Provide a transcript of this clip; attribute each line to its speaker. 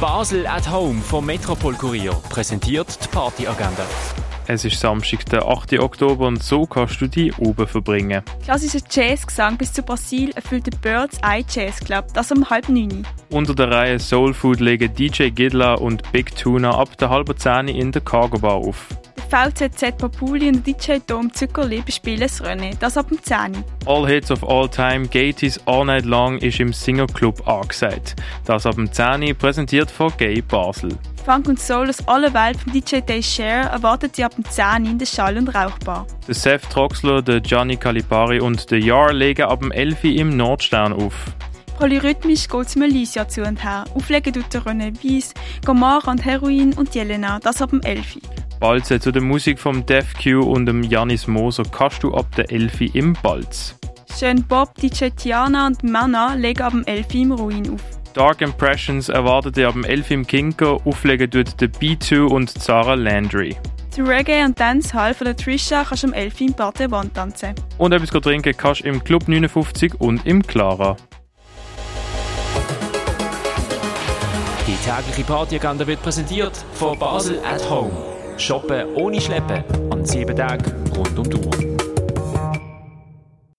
Speaker 1: Basel at Home vom Metropol Kurier präsentiert die Partyagenda.
Speaker 2: Es ist Samstag, der 8. Oktober und so kannst du die oben verbringen.
Speaker 3: Klassischer Jazzgesang bis zu Brasil erfüllt der Birds Eye Jazz Club, das um halb neun.
Speaker 2: Unter der Reihe Soul Food legen DJ Gidla und Big Tuna ab der halben Zähne in der Cargo Bar auf.
Speaker 3: Der VZZ Papuli und der DJ Dom Zuckerli bespielen das Rennen, das ab um dem 10.
Speaker 2: All Hits of All Time, Gaties All Night Long ist im Singer Club angesagt. Das ab dem 10. präsentiert von Gay Basel.
Speaker 3: Funk und Soul aus aller Welt vom DJ Day Share erwartet sie ab dem 10. in der Schall- und Rauchbar.
Speaker 2: Der Seth Troxler, der Gianni Calipari und der Jar legen ab dem 11. im Nordstern auf.
Speaker 3: Polyrhythmisch geht es Melisia zu und her. Auflegen tut der René Weiss, Gomara und Heroin und Jelena, das ab um dem 11.
Speaker 2: Balze zu der Musik vom Def Q und dem Janis Moser kannst du ab der 11. im Balz.
Speaker 3: Schön Bob, DJ Tiana und Mana legen ab dem 11. im Ruin auf.
Speaker 2: Dark Impressions erwartet ihr ab dem 11. im Kinker, auflegen tut der B2 und Zara Landry.
Speaker 3: Zu Reggae und Dancehall von der Trisha kannst du am 11. im Platte Wand tanzen.
Speaker 2: Und etwas trinken kannst du im Club 59 und im Clara.
Speaker 1: Die tägliche Partyagenda wird präsentiert von Basel at Home. Shoppen ohne Schleppen an sieben Tagen rund um die Uhr.